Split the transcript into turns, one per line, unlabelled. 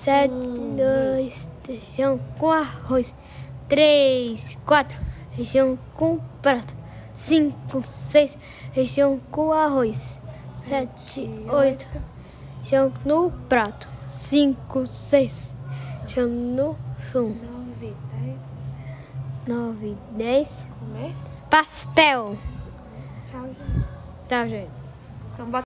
sete, dois, três, feijão com arroz. Três, quatro, feijão com prato. Cinco, seis, feijão com arroz. Sete, oito, feijão no prato. Cinco, seis, feijão no sumo.
9, 10.
Nove, dez,
Como é?
pastel.
Tchau, gente.
Tá, gente?
Então, bota